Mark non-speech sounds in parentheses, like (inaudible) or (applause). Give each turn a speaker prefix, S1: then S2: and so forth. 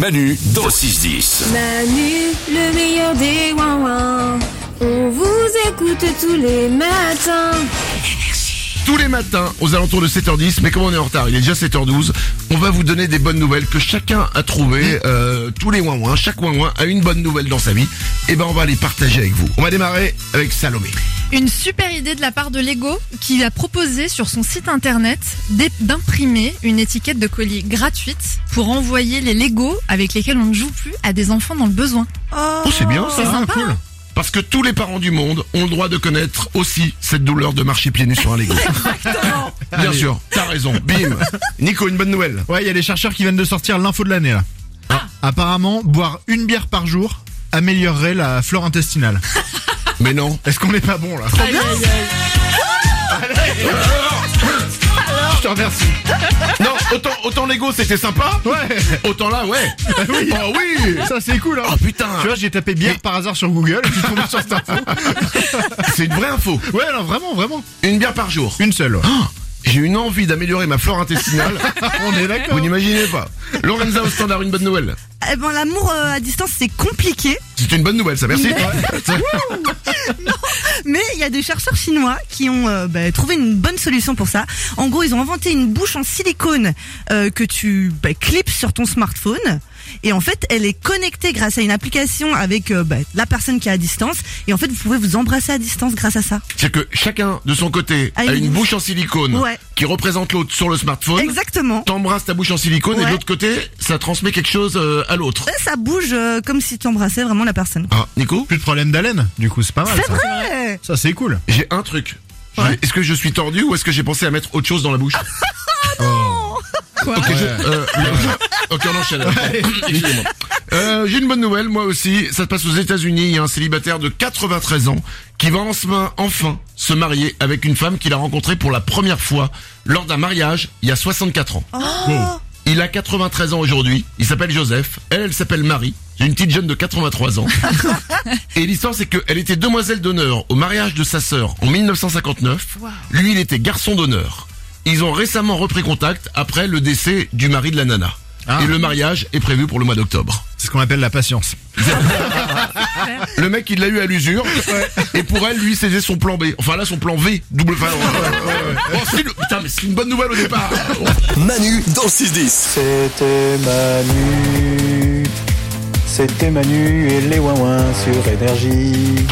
S1: Manu dans le 6-10.
S2: Manu, le meilleur des ouin On vous écoute tous les matins.
S3: tous les matins aux alentours de 7h10. Mais comme on est en retard, il est déjà 7h12. On va vous donner des bonnes nouvelles que chacun a trouvé. euh, tous les ouin chaque ouin a une bonne nouvelle dans sa vie. Et ben on va les partager avec vous. On va démarrer avec Salomé.
S4: Une super idée de la part de Lego qui a proposé sur son site internet d'é- d'imprimer une étiquette de colis gratuite pour envoyer les Lego avec lesquels on ne joue plus à des enfants dans le besoin.
S3: Oh,
S5: Eh
S3: c'est bien ça,
S4: c'est
S3: hein,
S4: sympa,
S3: cool.
S4: hein.
S3: Parce que tous les parents du monde ont le droit de connaître aussi cette douleur de marcher pieds nus sur un Lego. Bien sûr, t'as raison. Bim. Nico, une bonne nouvelle.
S5: Ouais, il y a les chercheurs qui viennent de sortir l'info de l'année là. Apparemment, boire une bière par jour améliorerait la flore intestinale.
S3: Mais non.
S5: Est-ce qu'on n'est pas bon là
S3: Je te remercie. Non, autant, autant Lego c'était sympa.
S5: Ouais. Ah
S3: Autant là, ouais. Oui. Oh oui.
S5: Ça c'est cool hein.
S3: Oh putain.
S5: Tu vois, j'ai tapé bière
S3: Mais-
S5: par hasard sur Google et puis je tombe sur cette info.
S3: C'est une vraie info.
S5: (laughs) Ouais, non, vraiment, vraiment.
S3: Une bière par jour.
S5: Une seule. ouais.
S3: Ah, J'ai une envie d'améliorer ma flore intestinale.
S5: (laughs) On est
S3: Vous
S5: d'accord.
S3: n'imaginez pas. Lorenza au standard, une bonne nouvelle.
S6: Eh ben, l'amour euh, à distance, c'est compliqué.
S3: C'est une bonne nouvelle, ça, merci.
S6: Mais il y a des chercheurs chinois qui ont euh, bah, trouvé une bonne solution pour ça. En gros, ils ont inventé une bouche en silicone euh, que tu bah, clips sur ton smartphone. Et en fait, elle est connectée grâce à une application avec euh, bah, la personne qui est à distance. Et en fait, vous pouvez vous embrasser à distance grâce à ça.
S3: C'est que chacun de son côté a
S6: Ah,
S3: une
S6: une
S3: bouche en silicone
S6: Ouais.
S3: qui représente l'autre sur le smartphone.
S6: Exactement.
S3: T'embrasses ta bouche en silicone et de
S6: Ouais.
S3: l'autre côté, ça transmet quelque chose euh, à l'autre.
S6: Et ça bouge euh, comme si tu embrassais vraiment la personne.
S3: Ah, Nico,
S5: Plus de problème d'haleine. Du coup, c'est pas mal.
S6: C'est
S5: Ça,
S6: vrai
S5: ça c'est cool.
S3: j'ai un truc. Je- Est-ce que je suis tordu ou est-ce que j'ai pensé à mettre autre chose dans la bouche
S4: Quoi
S3: Ok, je- euh, ok, on enchaîne. Excusez-moi. Euh, J'ai une bonne nouvelle, moi aussi. Ça se passe aux États-Unis. Il y a un célibataire de 93 ans qui va enfin, enfin se marier avec une femme qu'il a rencontrée pour la première fois lors d'un mariage il y a 64 ans. Il a 93 ans aujourd'hui. Il s'appelle Joseph. Elle, elle s'appelle Marie. C'est une petite jeune de 83 ans. Et l'histoire, c'est qu'elle était demoiselle d'honneur au mariage de sa sœur en 1959. Lui, il était garçon d'honneur. Ils ont récemment repris contact après le décès du mari de la nana.
S5: Ah.
S3: Et le mariage est prévu pour le mois (laughs) d'octobre.
S5: C'est ce qu'on appelle la patience.
S3: Le mec, il l'a eu à l'usure. Et pour elle, lui, c'était son plan B. Enfin, là, son plan V. Double. Enfin, ouais, ouais, ouais. Bon, c'est le- Putain, mais c'est une bonne nouvelle au départ.
S1: Manu dans le 6-10.
S7: C'était Manu. C'était Manu et les Wawins sur énergie.